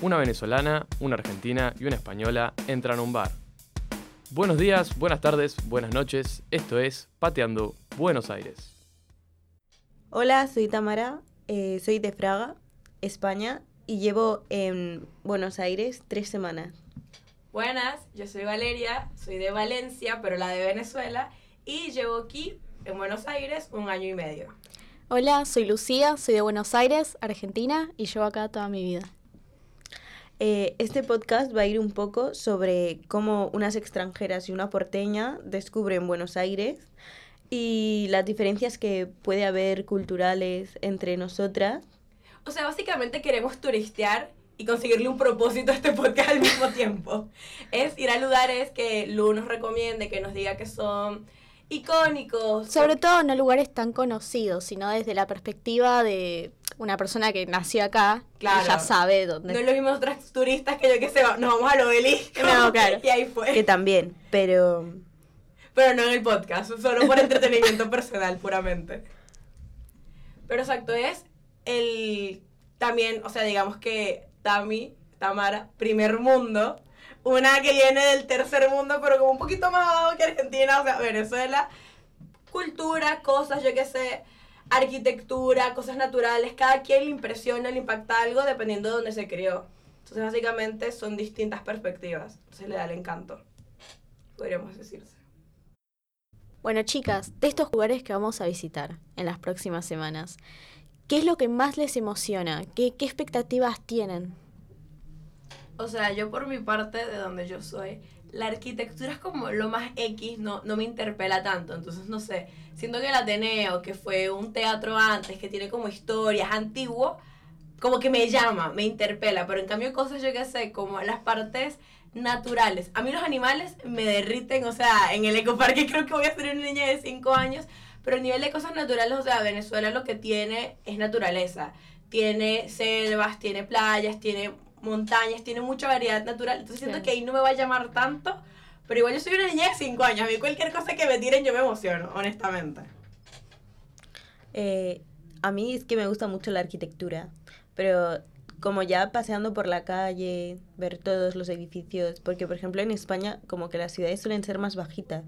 una venezolana, una argentina y una española entran a un bar. Buenos días, buenas tardes, buenas noches. Esto es Pateando Buenos Aires. Hola, soy Tamara, eh, soy de Fraga, España, y llevo en Buenos Aires tres semanas. Buenas, yo soy Valeria, soy de Valencia, pero la de Venezuela, y llevo aquí en Buenos Aires un año y medio. Hola, soy Lucía, soy de Buenos Aires, Argentina, y llevo acá toda mi vida. Eh, este podcast va a ir un poco sobre cómo unas extranjeras y una porteña descubren Buenos Aires y las diferencias que puede haber culturales entre nosotras. O sea, básicamente queremos turistear y conseguirle un propósito a este podcast al mismo tiempo. Es ir a lugares que Lu nos recomiende, que nos diga que son icónicos. Sobre todo no lugares tan conocidos, sino desde la perspectiva de una persona que nació acá, Claro. que ya sabe dónde. No es lo mismo otras turistas que yo que sé, nos vamos al obelisco. No, claro. Y ahí fue. Que también, pero Pero no en el podcast, solo por entretenimiento personal puramente. Pero exacto, es el también, o sea, digamos que Tami, Tamara, primer mundo, una que viene del tercer mundo, pero como un poquito más abajo que Argentina, o sea, Venezuela, cultura, cosas, yo qué sé, arquitectura, cosas naturales, cada quien le impresiona, le impacta algo dependiendo de dónde se crió. Entonces, básicamente son distintas perspectivas, entonces le da el encanto, podríamos decirse. Bueno, chicas, de estos lugares que vamos a visitar en las próximas semanas, ¿qué es lo que más les emociona? ¿Qué, qué expectativas tienen? O sea, yo por mi parte, de donde yo soy, la arquitectura es como lo más X, no, no me interpela tanto. Entonces, no sé, siento que el Ateneo, que fue un teatro antes, que tiene como historias, antiguo, como que me llama, me interpela. Pero en cambio, cosas yo que sé, como las partes naturales. A mí los animales me derriten, o sea, en el ecoparque creo que voy a ser una niña de 5 años. Pero el nivel de cosas naturales, o sea, Venezuela lo que tiene es naturaleza. Tiene selvas, tiene playas, tiene montañas, tiene mucha variedad natural. Entonces siento Claro. que ahí no me va a llamar tanto. Pero igual yo soy una niña de 5 años. A mí cualquier cosa que me tiren yo me emociono, honestamente. eh, a mí es que me gusta mucho la arquitectura, pero como ya paseando por la calle, ver todos los edificios, porque por ejemplo en España como que las ciudades suelen ser más bajitas,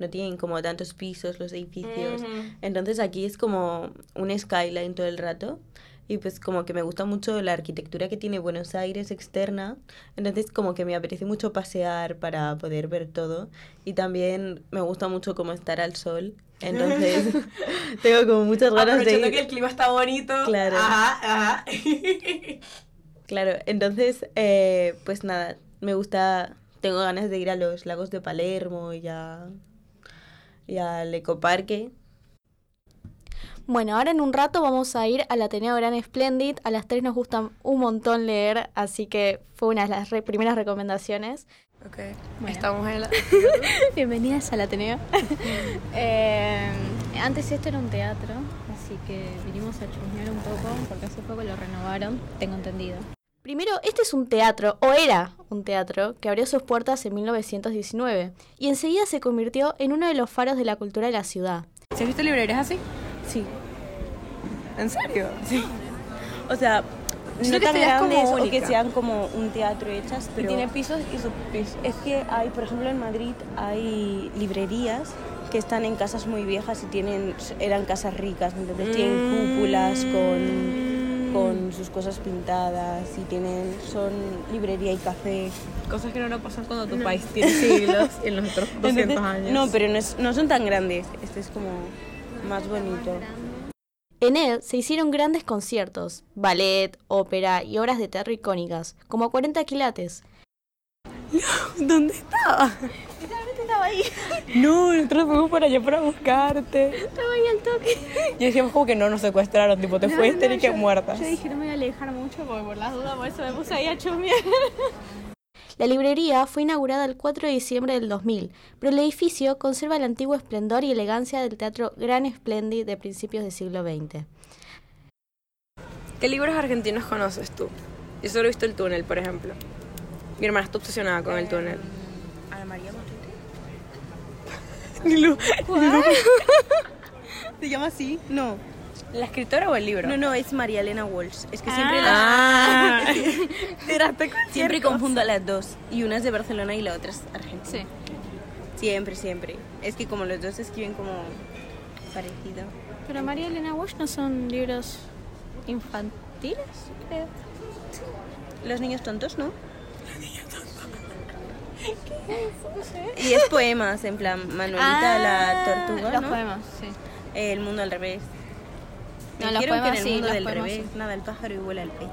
no tienen como tantos pisos los edificios. Ujú. Entonces aquí es como un skyline todo el rato y pues como que me gusta mucho la arquitectura que tiene Buenos Aires externa. Entonces como que me apetece mucho pasear para poder ver todo y también me gusta mucho como estar al sol. Entonces tengo como muchas ganas de Aprovechando ir. que el clima está bonito. Claro. Ajá, ajá. Claro, entonces eh, pues nada, me gusta, tengo ganas de ir a los lagos de Palermo y, a, y al ecoparque. Bueno, ahora en un rato vamos a ir al Ateneo Gran Splendid. A las tres nos gusta un montón leer, así que fue una de las re- primeras recomendaciones. Ok, estamos en la... Bienvenidas al Ateneo. Eh, antes esto era un teatro, así que vinimos a chusmear un poco, porque hace poco lo renovaron, tengo entendido. Primero, este es un teatro, o era un teatro, que abrió sus puertas en 1919 y enseguida se convirtió en uno de los faros de la cultura de la ciudad. ¿Sí has visto librerías así? Sí. ¿En serio? Sí. O sea, Siento que esta ya es como o que única. sean como un teatro hechas, pero tiene pisos y subpisos. es que hay, por ejemplo, en Madrid hay librerías que están en casas muy viejas y tienen eran casas ricas, entonces tienen cúpulas con, con sus cosas pintadas y tienen son librería y café. Cosas que no nos pasan cuando tu país tiene siglos y en los otros 200 Entonces, años. No, pero no, es- no son tan grandes. Este es como más bonito. En él se hicieron grandes conciertos, ballet, ópera y obras de teatro icónicas, como 40 quilates. ¿Dónde estaba? estaba ahí. No, nosotros fuimos para allá para buscarte. Estaba ahí al toque. Y decíamos como que no nos secuestraron, tipo, te fuiste ni que muertas. Yo dije, no me voy a alejar mucho porque por las dudas, por eso me puse ahí a chusmear. La librería fue inaugurada el 4 de diciembre del 2000, pero el edificio conserva el antiguo esplendor y elegancia del teatro Gran Splendid de principios del siglo XX. ¿Qué libros argentinos conoces tú? Yo solo he visto El Túnel, por ejemplo. Mi hermana está obsesionada con El Túnel. Ana María Lu- ¿Se llama así? No. ¿La escritora o el libro? No, no, es María Elena Walsh. Es que Ah. siempre Ah. las... siempre confundo a las dos. Y una es de Barcelona y la otra es argentina. Sí. Siempre, siempre. Es que como los dos escriben como parecido. Pero María Elena Walsh no son libros infantiles, creo. Los niños tontos, ¿no? Y es poemas, en plan Manuelita Ah, la tortuga, Ah, Los ¿no? poemas, sí. El mundo al revés. No, Me los dijeron que en poemas el sí, mundo los del poemas revés, sí. Mm. nada, el pájaro y vuela el pez.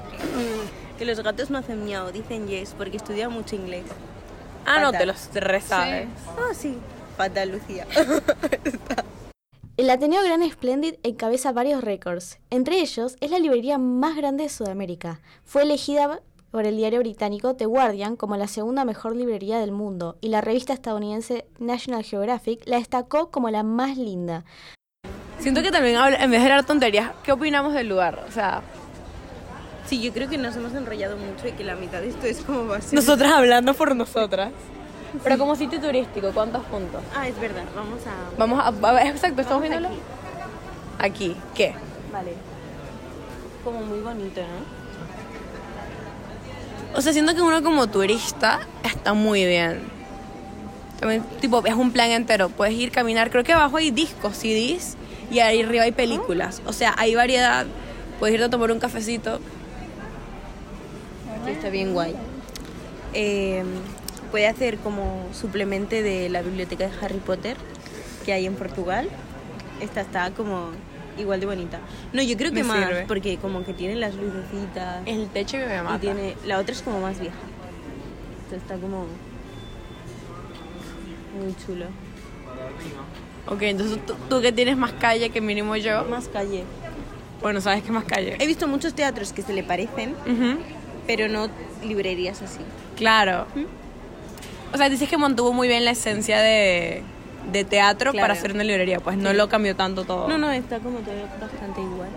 que los gatos no hacen miau, dicen yes, porque estudian mucho inglés. Ah, no, Fatal. te los resabes. Ah, sí. Fatal, Lucía. El Ateneo Gran Splendid encabeza varios récords. Entre ellos, es la librería más grande de Sudamérica. Fue elegida por el diario británico The Guardian como la segunda mejor librería del mundo y la revista estadounidense National Geographic la destacó como la más linda. Siento que también habla- en vez de hablar tonterías, ¿qué opinamos del lugar? O sea, Sí, yo creo que nos hemos enrollado mucho y que la mitad de esto es como vacío. nosotras hablando por nosotras. Pero como sitio turístico, ¿cuántos puntos? Ah, es verdad, vamos a... Vamos a, a ver, exacto, estamos viéndolo. Aquí. ¿qué? Vale. Como muy bonito, ¿no? O sea, siento que uno como turista está muy bien. También, tipo, es un plan entero. Puedes ir caminar, creo que abajo hay discos, CDs, y ahí arriba hay películas. O sea, hay variedad. Puedes irte a tomar un cafecito. Aquí está bien guay. Eh, puede hacer como suplemente de la biblioteca de Harry Potter que hay en Portugal. Esta está como igual de bonita. No, yo creo que Me más, sirve. porque como que tiene las lucecitas El techo que me y tiene... La otra es como más vieja. Esta está como... Muy chulo. Ok, entonces tú, tú que tienes más calle que mínimo yo. Más calle. Bueno, sabes que más calle. He visto muchos teatros que se le parecen, Ujú, pero no librerías así. Claro. O sea, dices que mantuvo muy bien la esencia de, de teatro Claro. para hacer una librería. Pues no lo cambió tanto todo. No, no, está como todo bastante igual.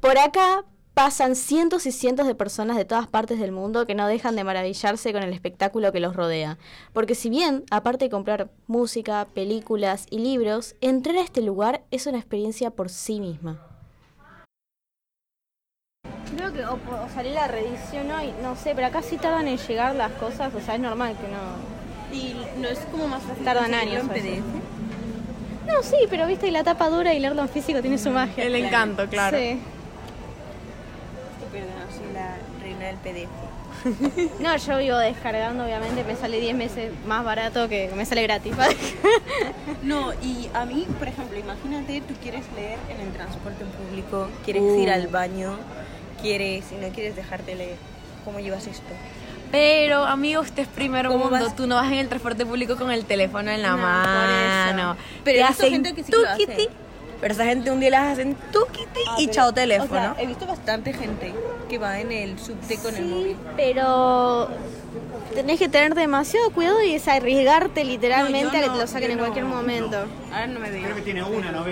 Por acá pasan cientos y cientos de personas de todas partes del mundo que no dejan de maravillarse con el espectáculo que los rodea. Porque si bien, aparte de comprar música, películas y libros, entrar a este lugar es una experiencia por sí misma. Creo que o, po- o salió la reedición hoy, no sé, pero acá sí tardan en llegar las cosas, o sea, es normal que no... Y no es como más fácil. Tardan conseguirlo años, en a veces. PDF. No, sí, pero viste, y la tapa dura y leerlo en físico tiene su magia. El encanto, claro. Sí. Perdón, soy la reina del PDF. No, yo vivo descargando, obviamente, me sale 10 meses más barato que me sale gratis. No, y a mí, por ejemplo, imagínate, tú quieres leer en el transporte en público, quieres Uh. ir al baño, quieres y no quieres dejarte leer. ¿Cómo llevas esto? Pero, amigo, usted es primer ¿Cómo mundo. vas? Tú no vas en el transporte público con el teléfono en la No, por mano. eso. Pero Te he visto hacen gente que sí que lo hace. Ah, tuquiti. Ah, Pero esa gente un día las hacen tuquiti y pero- chao teléfono. O sea, he visto bastante gente que va en el subte con el móvil. pero tenés que tener demasiado cuidado y es arriesgarte No, literalmente yo a que te no, lo saquen yo en no, cualquier momento. Ahora no me veo.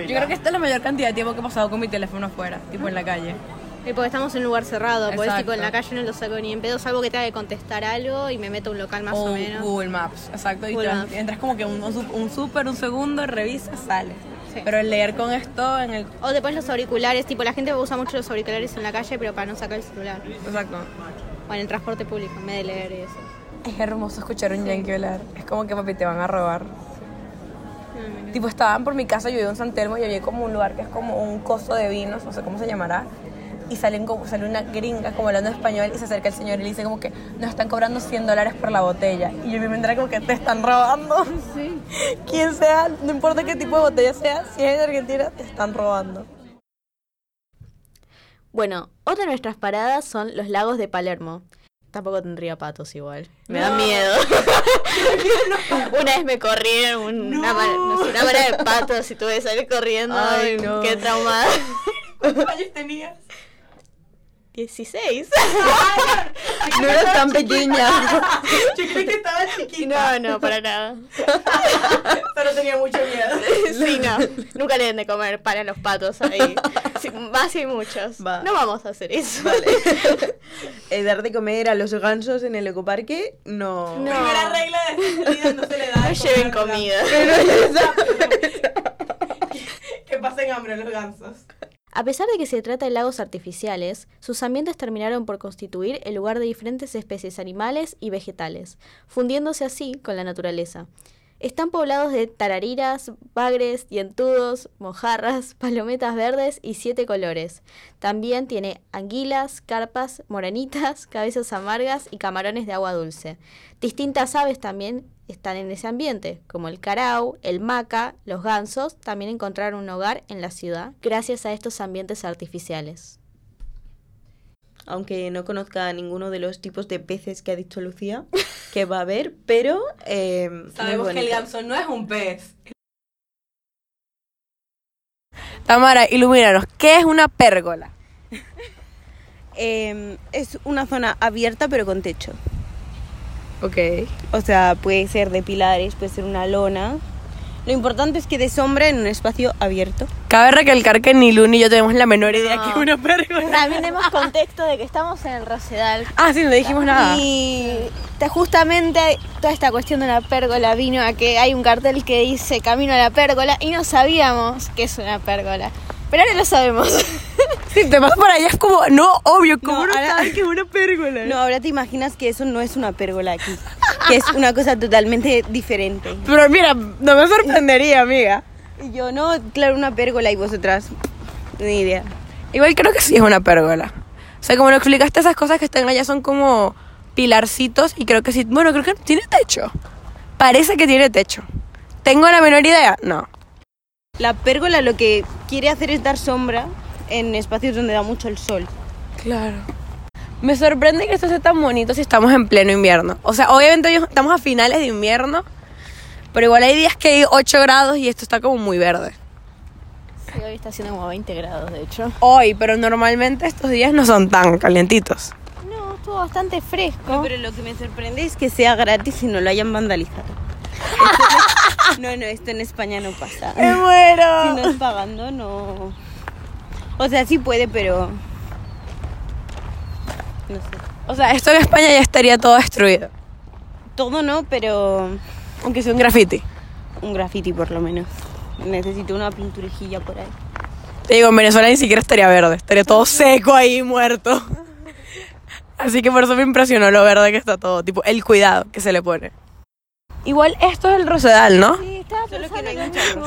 Yo creo que esta es la mayor cantidad de tiempo que he pasado con mi teléfono afuera, tipo en la calle. Y porque estamos en un lugar cerrado, pues Exacto. tipo en la calle no lo saco ni en pedo, salvo que tenga que contestar algo y me meto a un local más o, o menos. Google Maps, exacto. Y Google te- Maps. entras como que un, un, un super, un segundo, revisas, sales. Sí. Pero el leer con esto en el. O después los auriculares, tipo la gente usa mucho los auriculares en la calle, pero para no sacar el celular. Exacto. O en el transporte público, en vez de leer y eso. Es hermoso escuchar un yankee hablar. Es como que, papi, te van a robar. Tipo, estaban por mi casa, yo vivo en San Telmo y había como un lugar que es como un coso de vinos, no sé cómo se llamará. Y salen como, sale una gringa como hablando español y se acerca el señor y le dice como que nos están cobrando 100 dólares por la botella. Y yo me entré como que te están robando. Sí. Quien sea, no importa qué tipo de botella sea, si es en Argentina, te están robando. Bueno, otra de nuestras paradas son los lagos de Palermo. Tampoco tendría patos igual. Me da miedo. una vez me corrieron un- una, vara, no sé, una vara de patos y tuve que salir corriendo. Ay, y no. Qué traumada. ¿Cuántos años tenías? 16. No eras tan pequeña. Ah, Yo creí que estaba No, no, para nada. pero tenía mucho miedo. Sí, no. Nunca le den de comer para los patos ahí. Sí, más y hay muchos. Va. No vamos a hacer eso. El dar Eh, de comer a los gansos en el ecoparque, no. No. Primera regla de no se le da. No lleven comida. Pero es esa- Que pasen hambre los gansos. A pesar de que se trata de lagos artificiales, sus ambientes terminaron por constituir el lugar de diferentes especies animales y vegetales, fundiéndose así con la naturaleza. Están poblados de tarariras, bagres, dientudos, mojarras, palometas verdes y siete colores. También tiene anguilas, carpas, moranitas, cabezas amargas y camarones de agua dulce. Distintas aves también están en ese ambiente, como el carao, el maca, los gansos, también encontraron un hogar en la ciudad gracias a estos ambientes artificiales. Aunque no conozca ninguno de los tipos de peces que ha dicho Lucía, que va a haber, pero... eh, muy Sabemos que el bonito. ganso no es un pez. Tamara, ilumínanos, ¿qué es una pérgola? Eh, es una zona abierta pero con techo. Ok. O sea, puede ser de pilares, puede ser una lona. Lo importante es que dé sombra en un espacio abierto. Cabe recalcar que ni Lu ni yo tenemos la menor idea que es una pérgola. También demos contexto de que estamos en el Rosedal. Ah, sí, no dijimos nada. Y te- justamente toda esta cuestión de una pérgola vino a que hay un cartel que dice camino a la pérgola y no sabíamos que es una pérgola. Pero ahora lo sabemos. Si te vas para allá es como, no, obvio, ¿cómo No, no, ahora- sabes que es una pérgola? No, ahora te imaginas que eso no es una pérgola aquí, que es una cosa totalmente diferente. Pero mira, no me sorprendería, amiga. Y yo no, claro, una pérgola y vosotras, ni idea. Igual creo que sí es una pérgola. O sea, como lo explicaste, esas cosas que están allá son como pilarcitos y creo que sí. Bueno, creo que tiene techo. Parece que tiene techo. ¿Tengo la menor idea? No. La pérgola lo que quiere hacer es dar sombra en espacios donde da mucho el sol. Claro. Me sorprende que esto sea tan bonito si estamos en pleno invierno. O sea, obviamente hoy estamos a finales de invierno, pero igual hay días que hay 8 grados y esto está como muy verde. Sí, hoy está haciendo como 20 grados, de hecho. Hoy, pero normalmente estos días no son tan calientitos. No, estuvo bastante fresco. No, pero lo que me sorprende es que sea gratis y no lo hayan vandalizado. No, no, esto en España no pasa. ¡Me muero! Si no es pagando, no. O sea, sí puede, pero. No sé. O sea, esto en España ya estaría todo destruido. Todo no, pero. Aunque sea un graffiti. Un graffiti por lo menos. Necesito una pinturijilla por ahí. Te digo, en Venezuela ni siquiera estaría verde, estaría todo seco ahí, muerto. Así que por eso me impresionó lo verde que está todo, tipo el cuidado que se le pone. Igual esto es el Rosedal, ¿no? Sí, estaba Solo pensando que no lo hay mucha mismo, tipo,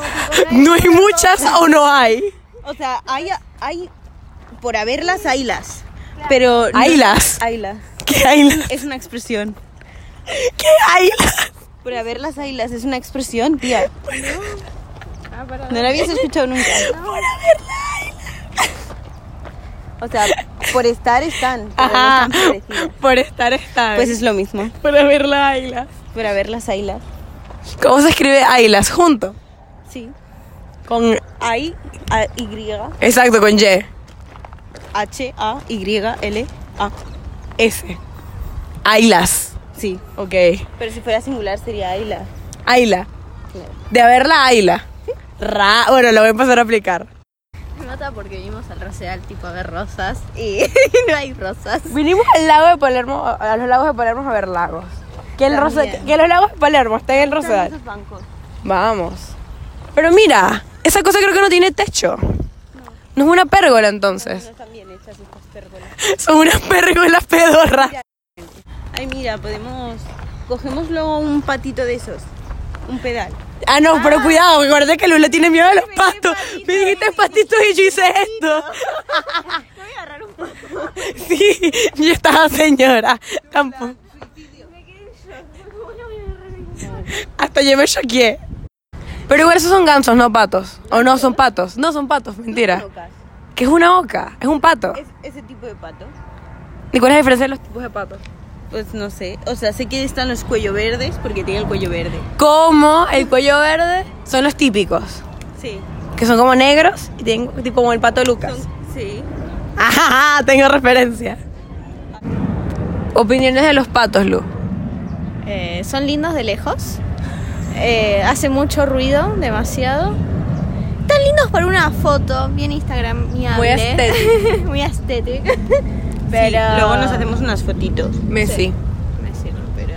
no hay- No hay muchas o no hay. O sea, hay. hay por haberlas, hay las. Pero. no- Haylas. Hay las. ¿Qué hay? Es una expresión. ¿Qué hay? Por haberlas, hay las. Es una expresión, tía. Ah, No la habías escuchado nunca. O sea, por estar están. pero no Ajá. están florecidas. Por estar esta. Pues es lo mismo. por haber la Ailas. Por haberlas, hay las. ¿Cómo se escribe Ailas? Junto. Sí. Con. Hay a- Y, Exacto, con Y. H, A, Y, L, A. S. Ailas. Sí. Ok. Pero si fuera singular sería Aila. Aila. De haberla Aila. Ra. Bueno, lo voy a empezar a aplicar. Se nota porque vimos al Rosedal tipo a ver rosas y no hay rosas. Vinimos al lago de Palermo, a los lagos de Palermo a ver lagos. Que, el Rose- que los lagos de Palermo está en el Rosedal. Vamos. Pero mira, esa cosa creo que no tiene techo. No es una pérgola entonces. Son unas pérgolas pedorras. Ay, mira, podemos. Cogemos luego un patito de esos. Un pedal. Ah, no, pero cuidado, recuerda que Lula tiene miedo a los patos. Me dijiste patitos y yo hice esto. Sí, yo estaba señora. Tampoco. Hasta yo me choqué. Pero igual esos son gansos, no patos. O no, son patos. No, son patos, mentira. Tocas. Que es una oca, es un pato. Es ese tipo de pato. ¿Y cuál es la diferencia de los tipos de patos? Pues no sé. O sea, sé que están los cuello verdes porque tiene el cuello verde. Como el cuello verde son los típicos. Sí. Que son como negros y tienen tipo como el pato Lucas. Sí. Ajá, tengo referencia. Opiniones de los patos, Lu. Eh, son lindos de lejos. Eh, hace mucho ruido, demasiado. Tan lindos para una foto, bien Instagram. Muy aesthetic. Muy aesthetic. Pero. luego nos hacemos unas fotitos. Messi. Me sirve, pero.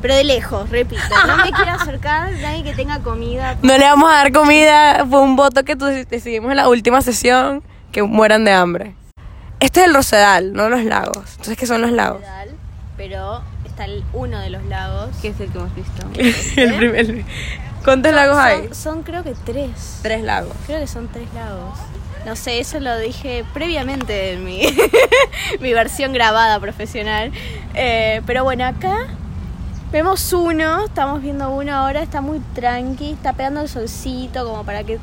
Pero de lejos, repito. No me quiero acercar nadie que tenga comida. No le vamos a dar comida, fue un voto que tu- decidimos en la última sesión. que mueran de hambre. Este es el Rosedal, no los lagos. Entonces, ¿qué son los lagos? Rosedal, Pero está el- uno de los lagos. que es el que hemos visto. El primer- ¿Cuántos lagos hay? Son, son creo que tres. Tres lagos. Creo que son tres lagos. No sé, eso lo dije previamente en mi, mi versión grabada profesional. Eh, pero bueno, acá vemos uno, estamos viendo uno ahora, está muy tranqui, está pegando el solcito como para que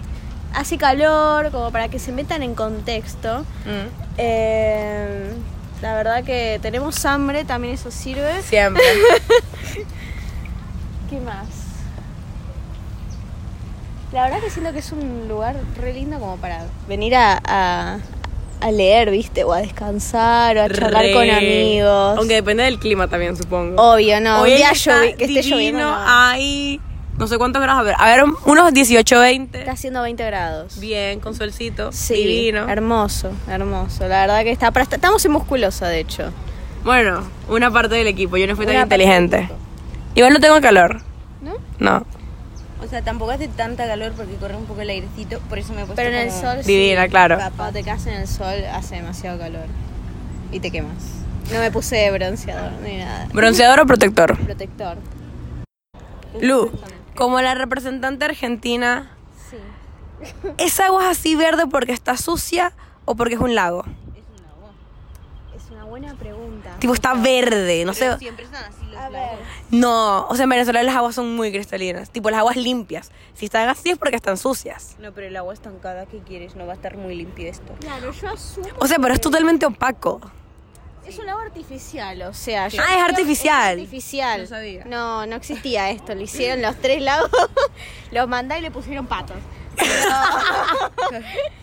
hace calor, como para que se metan en contexto. Mm, Eh, la verdad que tenemos hambre, también eso sirve. Siempre. ¿Qué más? La verdad que siento que es un lugar re lindo como para venir a, a- a leer, ¿viste? O a descansar, o a charlar Re. con amigos. Aunque depende del clima también, supongo. Obvio, no. Hoy Ah, un día está llovi- que esté divino, lloviendo. no. hay no sé cuántos grados, a ver, a ver, unos 18, 20. Está haciendo 20 grados. Bien, con solcito, Sí, divino. hermoso, hermoso. La verdad que está. para- Estamos en musculosa, de hecho. Bueno, una parte del equipo, yo no fui tan Una parte del inteligente. Igual no tengo calor. ¿No? No. O sea, tampoco hace tanta calor porque corre un poco el airecito, por eso me he puesto Pero en el como- sol. Divina, sí. claro. Cuando te quedas en el sol, hace demasiado calor. Y te quemas. No me puse bronceador ni nada. ¿Bronceador o protector? Protector. Lu, como la representante argentina, ¿esa agua es así verde porque está sucia o porque es un lago? Es una buena pregunta. Tipo, está verde, no sé. Siempre son así los A ver, lagos. No, o sea, en Venezuela las aguas son muy cristalinas. Tipo, las aguas limpias. Si están así es porque están sucias. No, pero el agua estancada, ¿qué quieres? No va a estar muy limpio esto. claro, yo asumo. O sea, pero es totalmente opaco. Es un agua artificial, o sea. yo Ah, es creo- artificial. Es artificial. No sabía. No, no existía esto. Le hicieron los tres lagos, los mandá y le pusieron patos.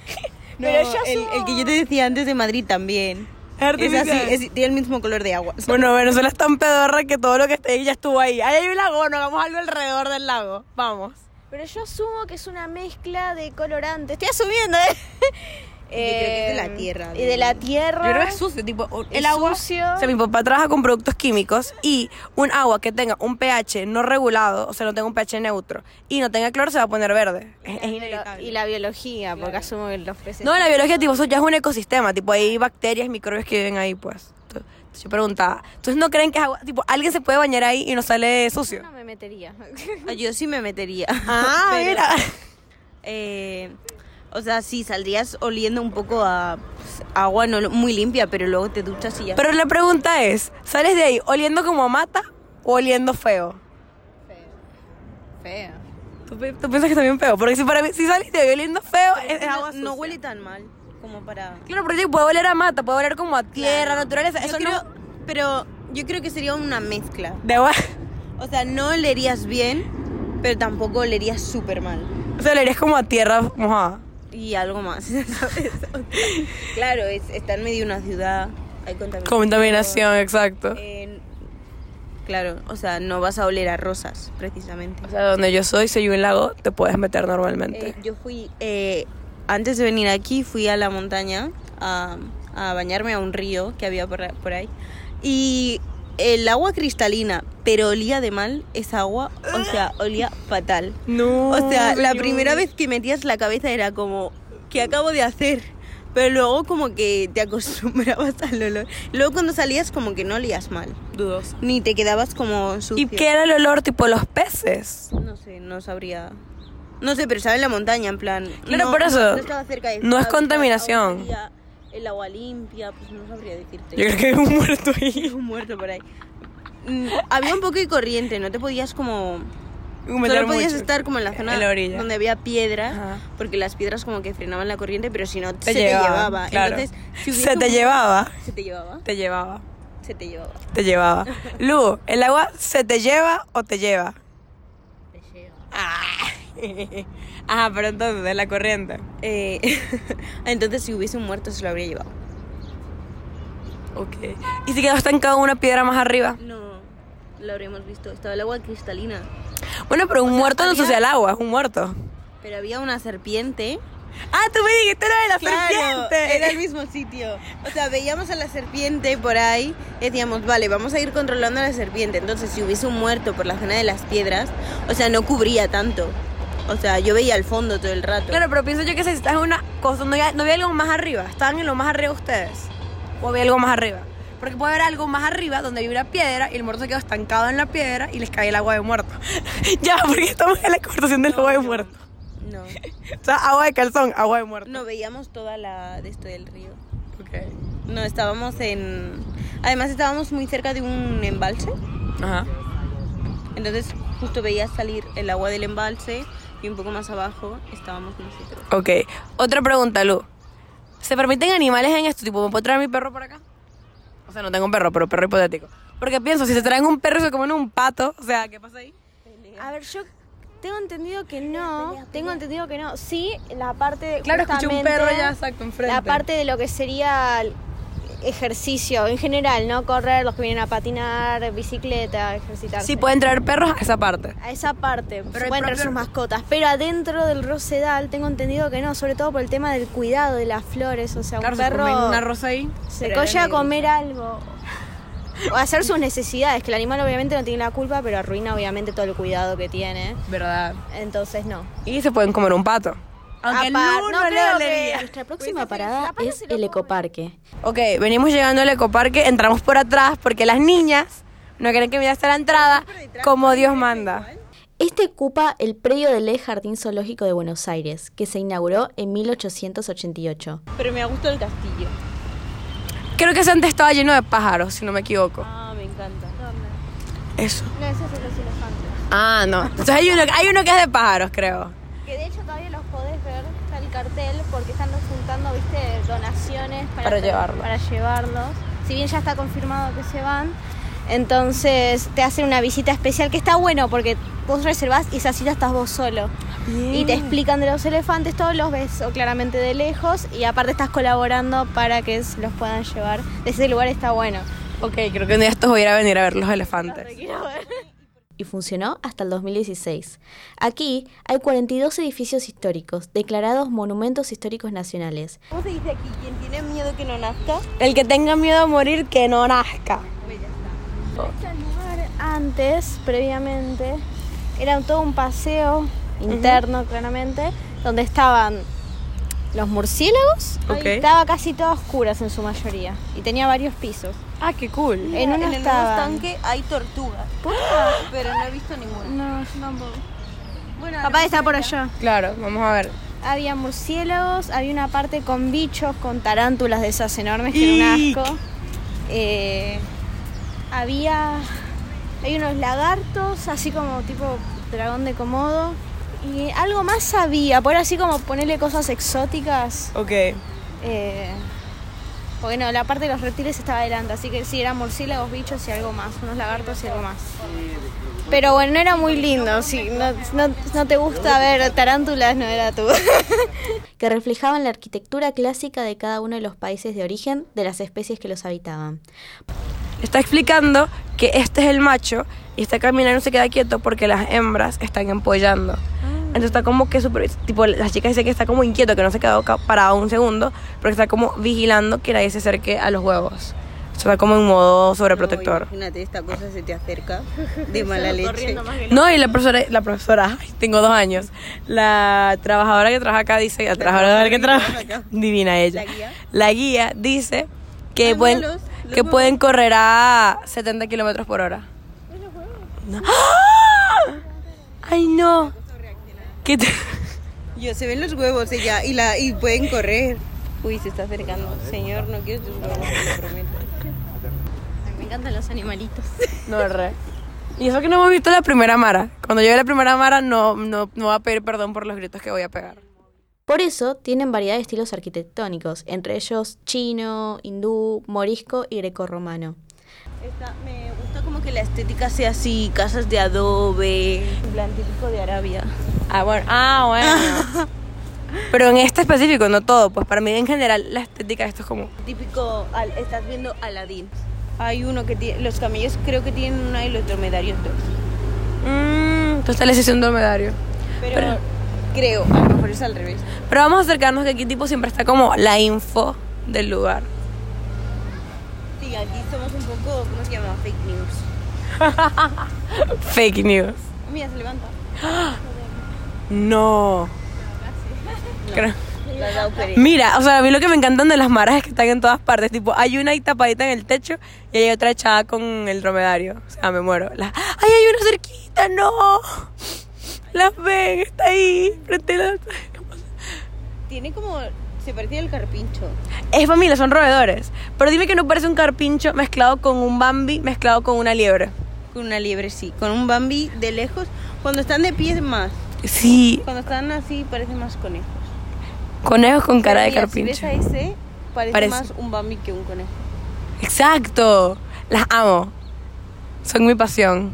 Pero yo el, asumo- el que yo te decía antes de Madrid también. Es así, es- tiene el mismo color de agua. Bueno, Venezuela es tan pedorra que todo lo que esté ahí ya estuvo ahí. Ahí hay un lago, bueno, hagamos algo alrededor del lago. Vamos. Pero yo asumo que es una mezcla de colorantes. Estoy asumiendo, ¿eh? que es de la Eh, tierra, Y de la tierra. sucio, tipo, un- Es sucio. O sea, mi papá trabaja con productos químicos y un agua que tenga un pH no regulado, o sea, no tenga un pH neutro y no tenga cloro se va a poner verde. Es, es inevitable. y la biología, porque asumo que los peces. Este, No, la biología, tipo, eso ya es un ecosistema, tipo, hay bacterias, microbios que viven ahí, pues. Entonces, Yo preguntaba, ¿entonces no creen que es agua? Tipo, alguien se puede bañar ahí y no sale sucio. No me metería. Ah, Yo sí me metería. Ah, Pero, mira. eh, o sea, sí, saldrías oliendo un poco a pues, agua no lo- muy limpia, pero luego te duchas y ya. Pero la pregunta es, ¿sales de ahí oliendo como a mata o oliendo feo? Feo. ¿Tú, pi- tú piensas que también feo? Porque si, para mí, si sales de ahí oliendo feo, es, es no, agua no sucia. huele tan mal como para... Claro, pero sí, puede oler a mata, puede oler como a tierra, naturaleza, Yo eso creo- no... Pero yo creo que sería una mezcla. De agua... O sea, no olerías bien, pero tampoco olerías súper mal. O sea, olerías como a tierra mojada. Y algo más, ¿sabes? O sea, claro, es, está en medio de una ciudad, hay contaminación. Contaminación, exacto. Eh, claro, o sea, no vas a oler a rosas, precisamente. O sea, donde yo soy, soy un lago, te puedes meter normalmente. Eh, yo fui, eh, antes de venir aquí, fui a la montaña a, a bañarme a un río que había por, por ahí. Y el agua cristalina, pero olía de mal esa agua, o sea, olía fatal. No. O sea, la Oh, Dios. primera vez que metías la cabeza era como, ¿qué acabo de hacer? Pero luego como que te acostumbrabas al olor. Luego cuando salías como que no olías mal. Dudoso. Ni te quedabas como sucio. ¿Y qué era el olor tipo los peces? No sé, no sabría. No sé, pero sabe en la montaña, en plan. Claro, no, por eso. No, estaba cerca de No es estaba- contaminación. olía El agua limpia, pues no sabría decirte. Yo creo que hay un muerto ahí. un muerto por ahí. Mm, Había un poco de corriente, no te podías como. Meter Solo podías mucho. estar como en la zona En la orilla. donde había piedras, Ajá. porque las piedras como que frenaban la corriente, pero si no Te se llevaba, te llevaba. claro. Entonces, si hubiese Se te un- llevaba. Se te llevaba. Te llevaba. Se te llevaba. Te llevaba. Lu, ¿el agua se te lleva o te lleva? Te lleva. Ajá, Ah. pero entonces, de la corriente. Eh, entonces, si hubiese un muerto, se lo habría llevado. Ok. ¿Y si quedó estancado una piedra más arriba? No, lo habríamos visto. Estaba el agua cristalina. Bueno, pero un muerto no había- sucia el agua, es un muerto. Pero había una serpiente. Ah, tú me dijiste lo de la serpiente. era el mismo sitio. O sea, veíamos a la serpiente por ahí y decíamos, vale, vamos a ir controlando a la serpiente. Entonces, si hubiese un muerto por la zona de las piedras, o sea, no cubría tanto. O sea, yo veía al fondo todo el rato. Claro, pero pienso yo que si estás en una cosa, no había, no había algo más arriba. Estaban en lo más arriba ustedes. O había algo más arriba. Porque puede haber algo más arriba donde hay una piedra y el muerto se quedó estancado en la piedra y les cae el agua de muerto. ya, porque estamos en la conversación del agua de muerto. No. O sea, agua de calzón, agua de muerto. No veíamos toda la de esto del río. Ok. No, estábamos en. Además, estábamos muy cerca de un embalse. Ajá. Entonces, justo veías salir el agua del embalse y un poco más abajo estábamos nosotros. Ok. Otra pregunta, Lu. ¿Se permiten animales en esto? Tipo, ¿me puedo traer mi perro por acá? O sea, no tengo un perro, pero perro hipotético. Porque pienso, si se traen un perro y se comen un pato, o sea, ¿qué pasa ahí? A ver, yo tengo entendido que no. Tengo entendido que no. Sí, la parte de. Claro, escuché un justamente, perro ya, exacto, enfrente. La parte de lo que sería el ejercicio en general, ¿no? Correr, los que vienen a patinar, bicicleta, ejercitarse. Sí, pueden traer perros a esa parte. A esa parte, Pero se el pueden traer propio- sus mascotas. Pero adentro del rosedal tengo entendido que no, sobre todo por el tema del cuidado de las flores. O sea, Claro, un se comen perro una rosa ahí. se colla a comer algo. O hacer sus necesidades, que el animal obviamente no tiene la culpa, pero arruina obviamente todo el cuidado que tiene. Verdad. Entonces no. Y se pueden comer un pato. Aunque Apar- Lu no no le creo dolería. que- Nuestra próxima parada es el ecoparque. Ok, venimos llegando al ecoparque, entramos por atrás porque las niñas no quieren que mire hasta la entrada como Dios manda. Este ocupa el predio del ex Jardín Zoológico de Buenos Aires, que se inauguró en 1888. Pero me ha gustado el castillo. Creo que ese antes estaba lleno de pájaros, si no me equivoco. Ah, me encanta. Eso. No, esos son los elefantes. Ah, no. Entonces hay uno, hay uno que es de pájaros, creo. Que de hecho todavía los podés ver, está el cartel, porque están juntando, viste, donaciones para, Para llevarlo. para llevarlos. Si bien ya está confirmado que se van, entonces te hacen una visita especial que está bueno porque vos reservás y esa cita estás vos solo. Y te explican de los elefantes, todos los ves o claramente de lejos y aparte estás colaborando para que s- los puedan llevar. Desde ese lugar está bueno. Ok, creo que un día estos voy a ir a venir a ver los elefantes. y funcionó hasta el 2016. Aquí hay 42 edificios históricos, declarados monumentos históricos nacionales. ¿Cómo se dice aquí? Quien tiene miedo que no nazca. El que tenga miedo a morir, que no nazca. antes, previamente, era todo un paseo interno, claramente, donde estaban los murciélagos. Ok. Estaba casi todas oscuras en su mayoría y tenía varios pisos. Ah, qué cool. En en uno el nuevo estaban- estanque hay tortugas. Pero no he visto ninguna. No, yo tampoco. Bueno, Capaz está por allá. Claro, vamos a ver. Había murciélagos, había una parte con bichos, con tarántulas de esas enormes que era un Ick. asco. Eh, había hay unos lagartos, así como tipo dragón de comodo. Y algo más había, por así como ponerle cosas exóticas. Ok. eh, porque no, la parte de los reptiles estaba adelante, así que sí, eran murciélagos, bichos y algo más, unos lagartos y algo más. Pero bueno, no era muy lindo, si no, no- no te gusta ver tarántulas, no era tú. que reflejaban la arquitectura clásica de cada uno de los países de origen de las especies que los habitaban. Está explicando que este es el macho y está caminando y se queda quieto porque las hembras están empollando. Entonces está como que super, tipo las chicas dicen que está como inquieto, que no se quedó ca- parado un segundo, pero que está como vigilando que nadie se acerque a los huevos. O sea, está como en modo sobreprotector. Imagínate, esta cosa se te acerca de mala leche. No, y la profesora, la profesora, ay, tengo dos años. La trabajadora que trabaja acá dice, la trabajadora que trabaja acá, divina ella. La guía. La guía dice que Ah, no, pueden, los- los que huevos. pueden correr a 70 kilómetros por hora. No. ¡Ah! Ay no. ¿Qué te- Yo se ven los huevos ella y la y pueden correr. Uy, se está acercando. Señor, no quiero tus huevos, te lo prometo. Me encantan los animalitos. No re. Y eso que no hemos visto la primera Mara. Cuando llegue la primera Mara no, no, no voy a pedir perdón por los gritos que voy a pegar. Por eso tienen variedad de estilos arquitectónicos, entre ellos chino, hindú, morisco y grecorromano. Esta- me gusta como que la estética sea así, casas de adobe, en plan típico de Arabia. Ah, bueno. Ah, bueno. Pero en este específico, no todo. Pues para mí en general la estética de esto es como... Típico, al- estás viendo Aladdin. Hay uno que tiene, los camellos creo que tienen una y los dromedarios dos. Mmm, tú estás leyendo un dromedario. Pero, creo, a lo mejor es al revés. Pero vamos a acercarnos que aquí tipo siempre está como la info del lugar. Sí, aquí somos un poco, ¿cómo se llama? Fake news. Fake news. Mira, se levanta. No. Creo- Mira, o sea, a mí lo que me encantan de las maras es que están en todas partes. Tipo, hay una ahí tapadita en el techo y hay otra echada con el dromedario. O sea, me muero. La- ¡Ay, hay una cerquita! ¡No! Las ven, está ahí, frente a la- Tiene como. Se parecía al carpincho. Es familia, son roedores. Pero dime que no parece un carpincho mezclado con un bambi, mezclado con una liebre. Con una liebre, sí. Con un Bambi de lejos. Cuando están de pies más. Sí, Cuando están así parecen más conejos. conejos con cara de Pero mira, carpincho. Si ves a ese, parece, Parece. más un Bambi que un conejo. Exacto. Las amo. Son mi pasión.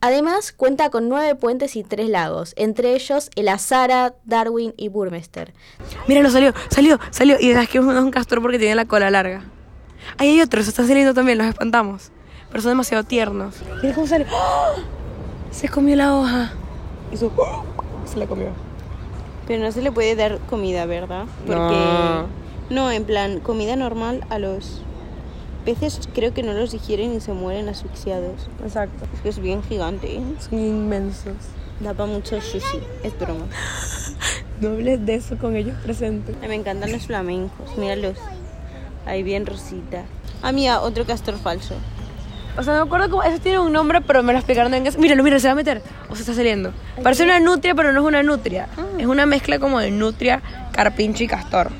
Además, cuenta con nueve puentes y tres lagos, entre ellos el Azara, Darwin y Burmester. Mira, lo salió, salió, salió. Y es que uno es un castor porque tiene la cola larga. Ahí hay otros, están saliendo también, los espantamos. Pero son demasiado tiernos. Mira cómo sale. ¡Ah! Se comió la hoja. Hizo. ¡ah! Se la comió. Pero no se le puede dar comida, ¿verdad? Porque. No. No. en plan, comida normal a los peces creo que no los digieren y se mueren asfixiados. Exacto. Es que es bien gigante, ¿eh? Son inmensos. Da para mucho sushi. Es broma. No hables de eso con ellos presentes. Ay, me encantan los flamencos. Míralos. Ahí bien rosita. Ah, mira, otro castor falso. O sea, no me acuerdo cómo. Eso tiene un nombre, pero me lo explicaron en casa. Míralo, mira, se va a meter. O se está saliendo. Parece una nutria, pero no es una nutria. Es una mezcla como de nutria, carpincho y castor.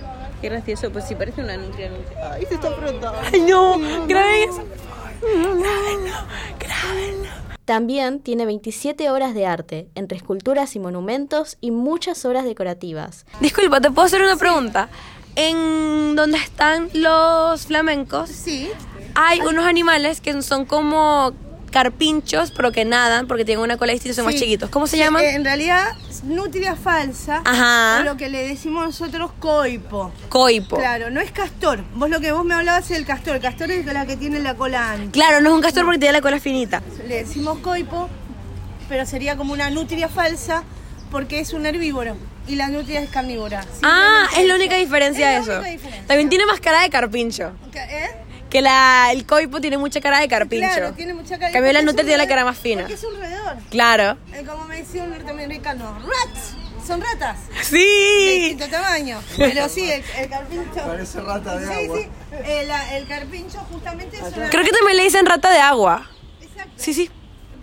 Qué gracioso, pues sí parece una nutria. nutria. Ay, se está afrontando. Ay, no, graben eso, por favor. Grábenlo, grábenlo. También tiene 27 obras de arte, entre esculturas y monumentos y muchas obras decorativas. Disculpa, ¿te puedo hacer una pregunta? En donde están los flamencos, Sí. hay unos animales que son como carpinchos, pero que nadan porque tienen una cola distinta y son más Sí. chiquitos. ¿Cómo se llaman? Eh, En realidad, es nutria falsa. Ajá. o lo que le decimos nosotros coipo. Coipo. Claro. Claro, no es castor. Vos lo que vos me hablabas es el castor. El castor es la que tiene la cola ancha. no es un castor porque tiene la cola finita. Le decimos coipo, pero sería como una nutria falsa porque es un herbívoro y la nutria es carnívora. ah, Simplemente es la única diferencia de Es eso. la única diferencia. También tiene más cara de carpincho. ¿Eh? Que la, el coipo tiene mucha cara de carpincho. Claro, tiene mucha cara. Cambió la porque es nutria un tiene la roedor, cara más fina. Porque es un roedor. Claro. Eh, Como me decía un norteamericano, rats. Son ratas. de Sí. distinto tamaño. Pero sí, el, el carpincho. Parece rata de agua. Sí, sí. El, el carpincho justamente es una. Creo que también le dicen rata de agua. Exacto, Sí, sí.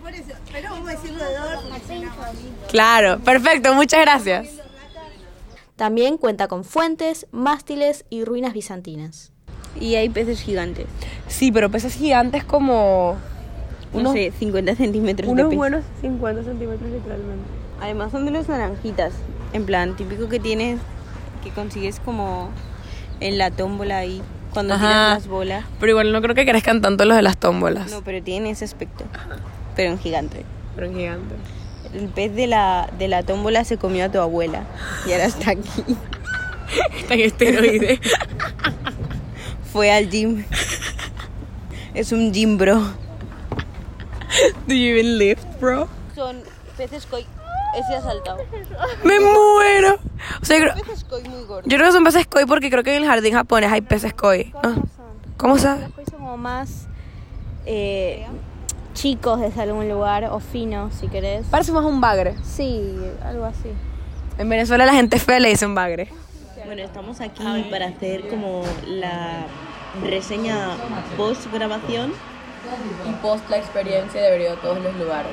por eso. Pero vamos a decir roedor. Claro. Perfecto, muchas gracias. También cuenta con fuentes, mástiles y ruinas bizantinas. Y hay peces gigantes. Sí, pero peces gigantes como No sé, 50 centímetros de pez. 50 centímetros literalmente. Además son de los naranjitas. En plan, típico que tienes, que consigues como en la tómbola ahí, cuando Ajá. tiras las bolas. Pero igual no creo que crezcan tanto los de las tómbolas. No, pero tienen ese aspecto. Pero en gigante. pero gigante. El pez de la, de la tómbola se comió a tu abuela. Y ahora está aquí. Está en esteroide. Fue al gym. Es un gym, bro. Do you even lift, bro? Son peces koi. Ese ha saltado. Me muero. O sea, yo creo, Peces koi muy gordos. yo creo que son peces koi porque creo que en el jardín japonés hay peces koi. Ah, ¿Cómo sabes? Los son como más eh, chicos desde algún lugar, o finos, si querés. Parece más un bagre. Sí, algo así. En Venezuela la gente fea le dice un bagre. Bueno, estamos aquí para hacer como la reseña post grabación. Y post la experiencia debería todos los lugares.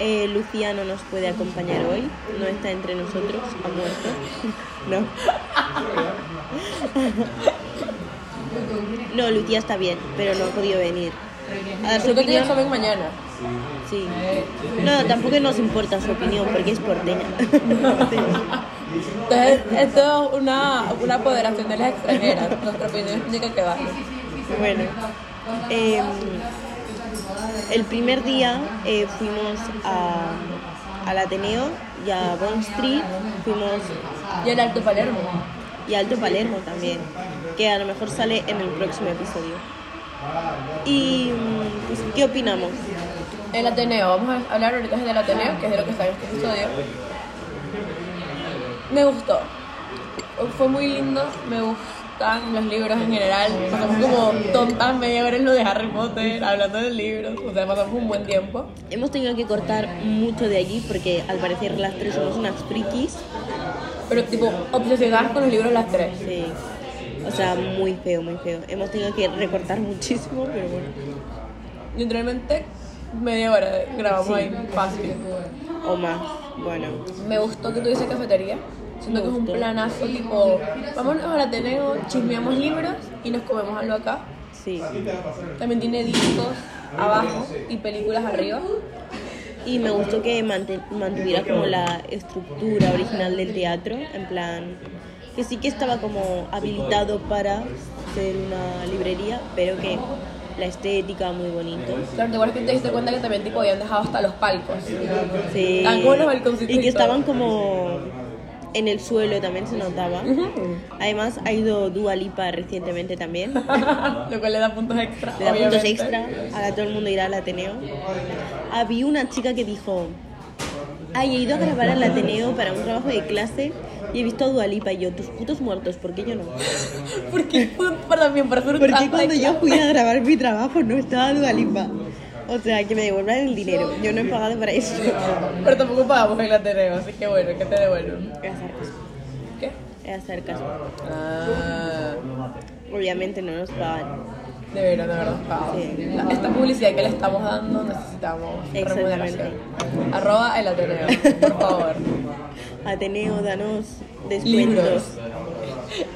Eh, Lucía no nos puede acompañar hoy, no está entre nosotros, ha muerto. No. No, Lucía está bien, pero no ha podido venir. A dar su opinión. mañana. Eh. Sí. No, tampoco nos importa su opinión porque es porteña. Entonces, esto es una, una apoderación de las extranjeras. Nuestra opinión única que vale. Bueno, eh, el primer día eh, fuimos a, al Ateneo y a Bond Street, fuimos Y el Alto Palermo. y Alto Palermo también, que a lo mejor sale en el próximo episodio. Y mm, pues, ¿qué opinamos? El Ateneo, vamos a hablar ahorita del Ateneo, que es de lo que está en este episodio. Me gustó. Fue muy lindo, me gustó. gustaban los libros en general. Pasamos como tontas media hora en lo de Harry Potter, hablando de libros. O sea, pasamos un buen tiempo. Hemos tenido que cortar mucho de allí porque al parecer las tres somos unas frikis. Pero tipo, obsesionadas con los libros las tres. Sí. O sea, muy feo, muy feo. Hemos tenido que recortar muchísimo, pero bueno. Literalmente media hora grabamos ahí fácil. O más. Bueno. Me gustó que tuviese cafetería. Siento que es un planazo, tipo, vámonos a la Teneo, chismeamos libros y nos comemos algo acá. Sí. También tiene discos abajo y películas arriba. Y me gustó que manten- mantuviera como la estructura original del teatro, en plan, que sí que estaba como habilitado para ser una librería, pero que la estética muy bonito. Claro, te acuerdas que te diste cuenta que también tipo habían dejado hasta los palcos. Sí. Estaban como los balconcitos Y que y todo. estaban como en el suelo también se notaba. Además ha ido Dua Lipa recientemente también. Lo cual le da puntos extra. Le da puntos obviamente. extra, ahora todo el mundo irá al Ateneo. Había una chica que dijo, ay, he ido a grabar al Ateneo para un trabajo de clase y he visto a Dualipa y yo, tus putos muertos, ¿por qué yo no? Porque fue para mí, para hacer un Porque trabajo cuando yo extra. fui a grabar mi trabajo no estaba Dualipa. O sea, que me devuelvan el dinero, yo no he pagado para eso. Pero tampoco pagamos el Ateneo, así que bueno, que te devuelvo. Voy a hacer caso, ¿Qué? voy a hacer caso. Ah, Obviamente no nos pagan. deberían habernos pagado. Sí. La- Esta publicidad que le estamos dando necesitamos remuneración. Arroba el Ateneo, por favor. Ateneo, danos Libros. descuentos.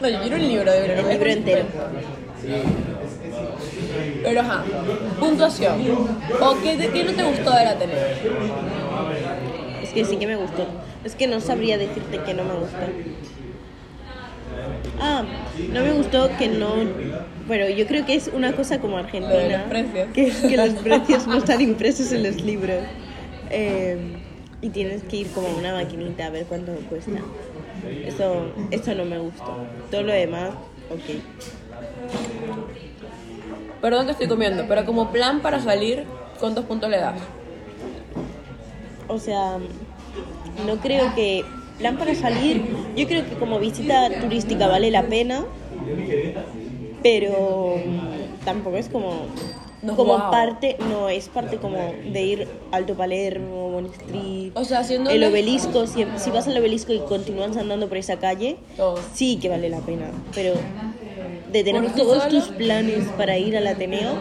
No, yo quiero un libro de verdad. El libro entero. Pero ajá, puntuación. ¿O qué, te- qué no te gustó de la tele? Es que sí que me gustó. Es que no sabría decirte que no me gustó. Ah, no me gustó que no. Bueno, yo creo que es una cosa como Lo de los Argentina. precios. Que es que los precios no están impresos en los libros. Eh, y tienes que ir como a una maquinita a ver cuánto cuesta. Eso, eso no me gustó. Todo lo demás, ok. Perdón que estoy comiendo, pero como plan para salir, ¿cuántos puntos le das? O sea, no creo que. Plan para salir, yo creo que como visita turística vale la pena, pero mm, tampoco es como. No, como wow. parte, no, es parte como de ir Alto Palermo, Bonistri, O sea, haciendo el obelisco, si, si vas al obelisco y continúas andando por esa calle, Todo. sí que vale la pena, pero de tener ¿Por sí todos solo? tus planes para ir al Ateneo,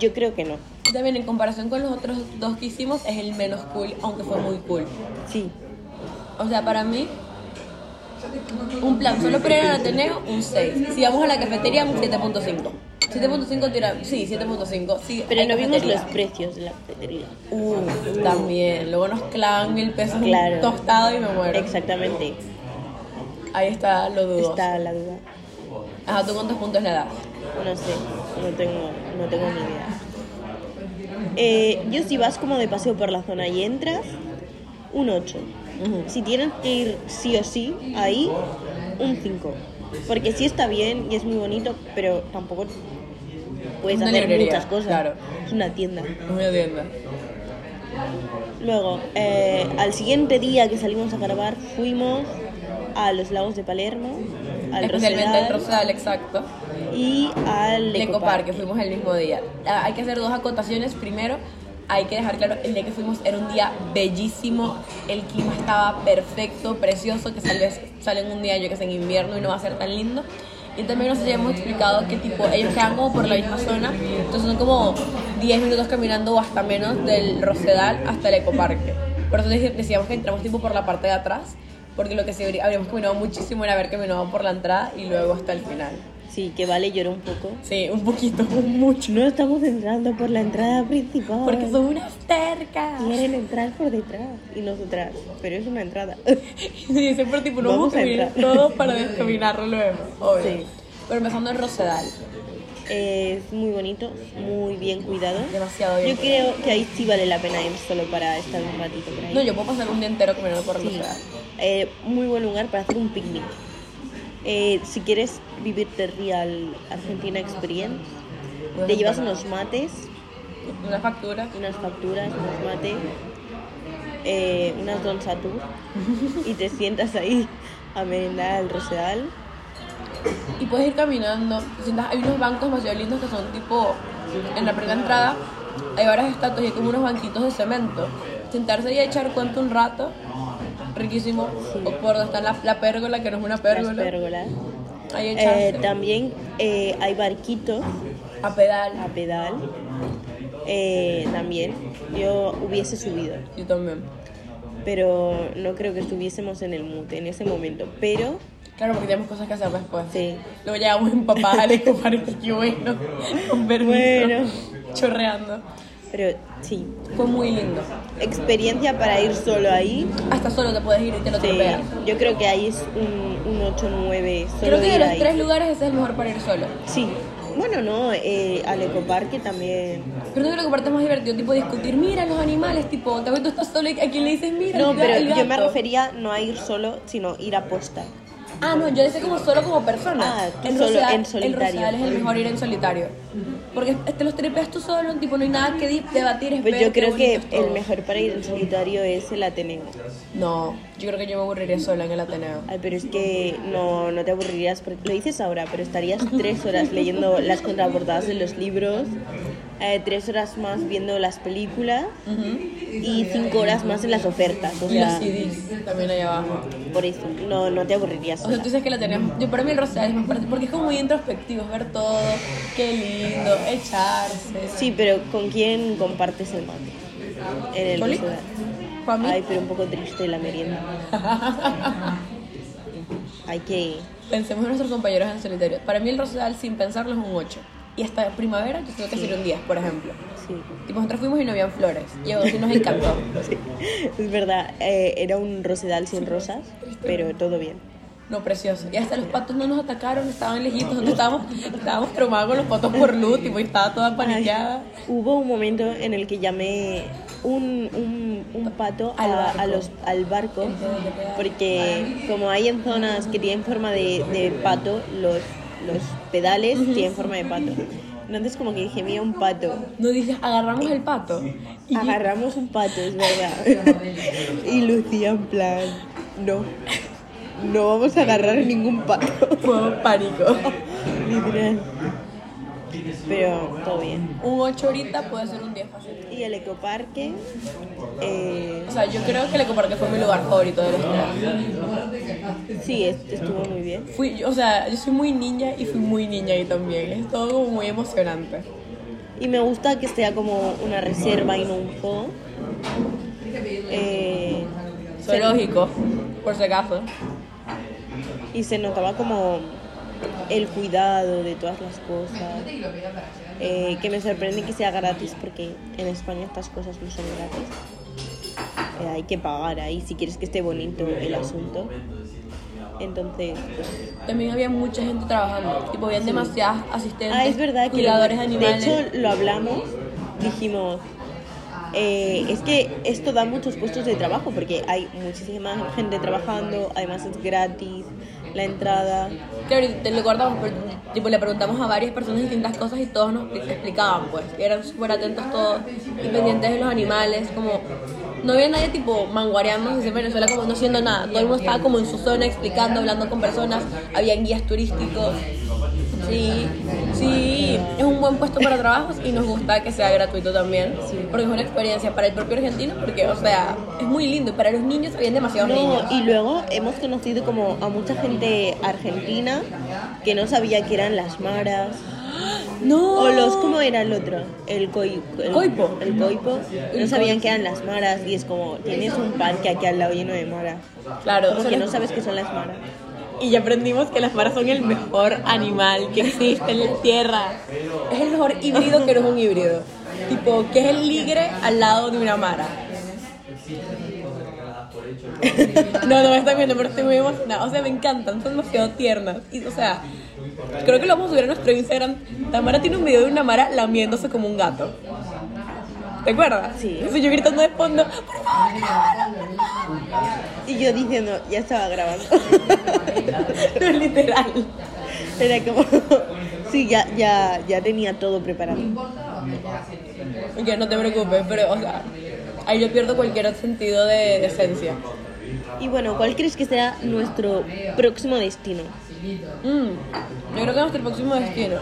yo creo que no, También en comparación con los otros dos que hicimos, es el menos cool, aunque fue muy cool. sí, O sea, para mí, un plan solo para ir al Ateneo, un 6. Si vamos a la cafetería, un 7.5. 7.5 tira, sí, 7.5. Sí, pero hay no vimos los cafetería. precios de la cafetería. Uh, también. Luego nos clavan el peso en un Claro. tostado y me muero. Exactamente, Ahí está lo dudoso. está la duda, Ajá, ¿tú cuántos puntos le das? no sé, no tengo, no tengo ni idea. Eh, yo si vas como de paseo por la zona y entras, un 8. Si tienes que ir sí o sí ahí, un 5. Porque sí está bien y es muy bonito, pero tampoco puedes Una hacer librería, muchas cosas. claro. Es una tienda. No me atienda. Luego, eh, al siguiente día que salimos a grabar, fuimos a los lagos de Palermo, al Especialmente el Rosedal Rosedal, exacto. y al Ecoparque, Ecoparque. fuimos el mismo día. Ah, Hay que hacer dos acotaciones. Primero, hay que dejar claro, el día que fuimos era un día bellísimo, el clima estaba perfecto, precioso, que tal vez salen un día, yo que sé, en invierno y no va a ser tan lindo. Y también nos habíamos explicado que tipo, ellos quedan como por la misma zona, entonces son como 10 minutos caminando o hasta menos del Rosedal hasta el Ecoparque. Por eso dec- decíamos que entramos tipo por la parte de atrás, porque lo que sí habrí- habríamos caminado muchísimo era haber caminado por la entrada y luego hasta el final. Sí, que vale, lloró un poco. Sí, un poquito, mucho. No estamos entrando por la entrada principal. Porque son unas tercas. Quieren entrar por detrás y nosotras, pero es una entrada. Sí, siempre tipo, no Vamos vamos, a a caminar entrar. todo para descaminarlo luego. Obvio. Sí. Pero empezando en Rosedal. es muy bonito, muy bien cuidado. Demasiado bien Yo creo que ahí sí vale la pena ir solo para estar un ratito por ahí. No, yo puedo pasar un día entero caminando por Sí. Rosedal. Eh, muy buen lugar para hacer un picnic. Eh, si quieres vivirte real Argentina Experience, Unas te llevas empanadas. unos mates, Una factura. unas facturas, unos mates, eh, unas Don Satur y te sientas ahí a merendar al Rosedal. y puedes ir caminando. te sientas- hay unos bancos demasiado lindos que son tipo en la primera entrada. Hay varias estatuas y hay como unos banquitos de cemento. Sentarse y echar cuento un rato, riquísimo. O por donde está la, la pérgola, que no es una pérgola. Las pérgolas. Ahí Eh, echarse también eh, hay barquitos a pedal. a pedal. Eh, también yo hubiese subido, Yo también. pero no creo que estuviésemos en el mute en ese momento. Pero Claro, porque tenemos cosas que hacer después. Sí. Luego llegamos empapadas al ecoparque, bueno, con permiso, Bueno. chorreando. Pero sí, Fue muy lindo. experiencia para ir solo ahí. Hasta solo te puedes ir y te lo sí. tropeas. yo creo que ahí es un, 8-9 solo Creo que de ir los ahí. tres lugares ese es el mejor para ir solo. Sí. Bueno, no, eh, al ecoparque también. Pero creo que la parte más divertida, tipo discutir, mira los animales, tipo, tal vez tú estás solo y a quien le dices, mira, No, mira pero el yo me gato. refería no a ir solo, sino ir a posta. Ah, no, yo decía como solo como persona. Ah, tú solo, en solitario. Rosal es el mejor ir en solitario. Porque te los tripeas tú solo, tipo, no hay nada que di- debatir. es Pues ver yo qué creo que bonito es todo. el mejor para ir en solitario es el Ateneo. No, yo creo que yo me aburriría sola en el Ateneo. Ay, pero es que no, no te aburrirías, porque lo dices ahora, pero estarías tres horas leyendo las contraportadas de los libros, eh, tres horas más viendo las películas y cinco horas más en las ofertas. O Y los sea, CDs también ahí abajo. por eso, no, no te aburrirías. O sea, tú sola. dices que la tenemos. Yo para mí el Rosal es más fuerte porque es como muy introspectivo, es ver todo, qué lindo, echarse. Sí, pero ¿con quién compartes el mate? En el ¿Poli? restaurante. Para mí, Ay, pero un poco triste la merienda. Hay que... pensemos en nuestros compañeros en solitario. Para mí el Rosal, sin pensarlo, es un 8. Y hasta primavera, yo creo que sería un 10, por ejemplo. Sí. Tipo, nosotros fuimos y no habían flores. Y aún así nos encantó. Es verdad, eh, era un rosedal sin rosas, pero todo bien. No, precioso. Y hasta los patos no nos atacaron, estaban lejitos. Nosotros estábamos, estábamos tromados con los patos por luz, tipo, y estaba toda paniqueada. Hubo un momento en el que llamé un, un- un pato Al a- barco. a los- al barco, porque como hay en zonas que tienen forma de, de pato, los, los pedales tienen forma de pato. Entonces como que dije, mira un pato. No dices, agarramos el pato. Y Agarramos un pato, es verdad. y Lucía en plan, no, no vamos a agarrar ningún pato. fue pánico. Literal. Pero todo bien. Un 8 ahorita puede ser un 10 fácil. Y el ecoparque. eh, O sea, yo creo que el ecoparque fue mi lugar favorito de los tres. sí, est- estuvo muy bien. Fui, o sea, yo soy muy niña y fui muy niña ahí también. Es todo como muy emocionante. Y me gusta que sea como una reserva y no un juego. Eh, Zoológico, por si acaso. y se notaba como el cuidado de todas las cosas. Eh, que me sorprende que sea gratis porque en España estas cosas no son gratis. Eh, hay que pagar ahí si quieres que esté bonito el asunto. Entonces, pues, También había mucha gente trabajando. Tipo, habían demasiadas asistentes, Ah, es verdad que cuidadores lo- animales. De hecho, lo hablamos, dijimos. eh, es que esto da muchos puestos de trabajo porque hay muchísima gente trabajando, además es gratis la entrada. Claro, y te lo guardamos, pero tipo, le preguntamos a varias personas distintas cosas y todos nos expli- explicaban, pues. Y eran súper atentos todos, y pendientes de los animales, como... No había nadie tipo manguareando, se dice en Venezuela, como no haciendo nada. Todo el mundo estaba como en su zona explicando, hablando con personas. Habían guías turísticos. Sí, sí, es un buen puesto para trabajos y nos gusta que sea gratuito también. Porque es una experiencia para el propio argentino, porque, o sea, es muy lindo. Y para los niños habían demasiados niños. No, y luego hemos conocido como a mucha gente argentina que no sabía que eran las maras. No. O los, ¿cómo era el otro? El, coi- el- Coipo. El coipo. No sabían que eran las maras y es como, tienes un parque aquí al lado lleno de maras. Claro, Como son que las- no sabes que son las maras. Y ya aprendimos que las maras son el mejor animal que existe en la tierra. Es el mejor híbrido que no es un híbrido. Tipo, que es el ligre al lado de una mara. No, no me están viendo, pero estoy muy emocionada. O sea, me encantan, son demasiado tiernas. Y, o sea, creo que lo vamos a subir a nuestro Instagram. Tamara tiene un video de una mara lamiéndose como un gato. ¿Te acuerdas? Sí. Entonces yo gritando de fondo, "Por favor, Tamara, por favor". Y yo diciendo, ya estaba grabando. No, literal. Era como, sí, ya, ya, ya tenía todo preparado. Que no te preocupes, pero, o sea, ahí yo pierdo cualquier sentido de decencia. Y bueno, ¿cuál crees que será nuestro próximo destino? Mm, Yo creo que nuestro próximo destino.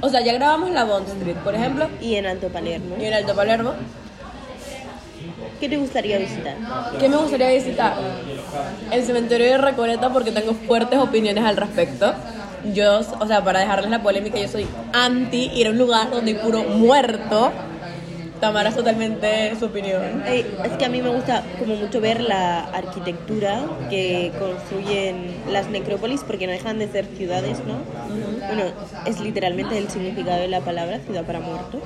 O sea, ya grabamos la Bond Street, por ejemplo, Y en Alto Palermo. y en Alto Palermo. ¿Qué te gustaría visitar? ¿Qué me gustaría visitar? El cementerio de Recoleta porque tengo fuertes opiniones al respecto. Yo, o sea, para dejarles la polémica, yo soy anti ir a un lugar donde hay puro muerto. Tamara es totalmente su opinión. Eh, es que a mí me gusta como mucho ver la arquitectura que construyen las necrópolis porque no dejan de ser ciudades, ¿no? Bueno, es literalmente el significado de la palabra ciudad para muertos.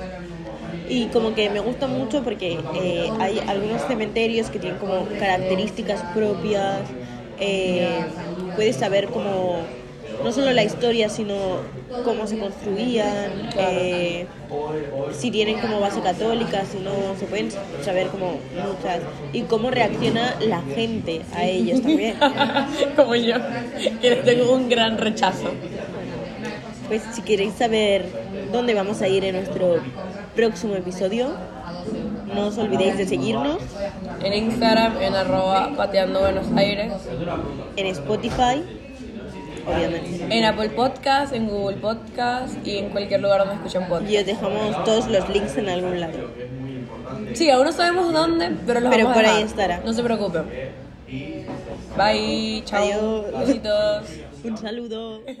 Y como que me gusta mucho porque eh, hay algunos cementerios que tienen como características propias. eh, puedes saber como no solo la historia, sino cómo se construían. eh, si tienen como base católica, si no, se pueden saber como muchas. Y cómo reacciona la gente a ellos también. Como yo, que les tengo un gran rechazo. Pues si queréis saber dónde vamos a ir en nuestro próximo episodio, no os olvidéis de seguirnos En Instagram, en arroba pateando Buenos Aires, en Spotify, obviamente. en Apple Podcast, en Google Podcast y en cualquier lugar donde escuchen podcast. Y os dejamos todos los links en algún lado. Sí, aún no sabemos dónde, pero los Pero vamos a por ahí dejar. estará. No se preocupen. Bye, chao. Adiós. Besitos. Un saludo.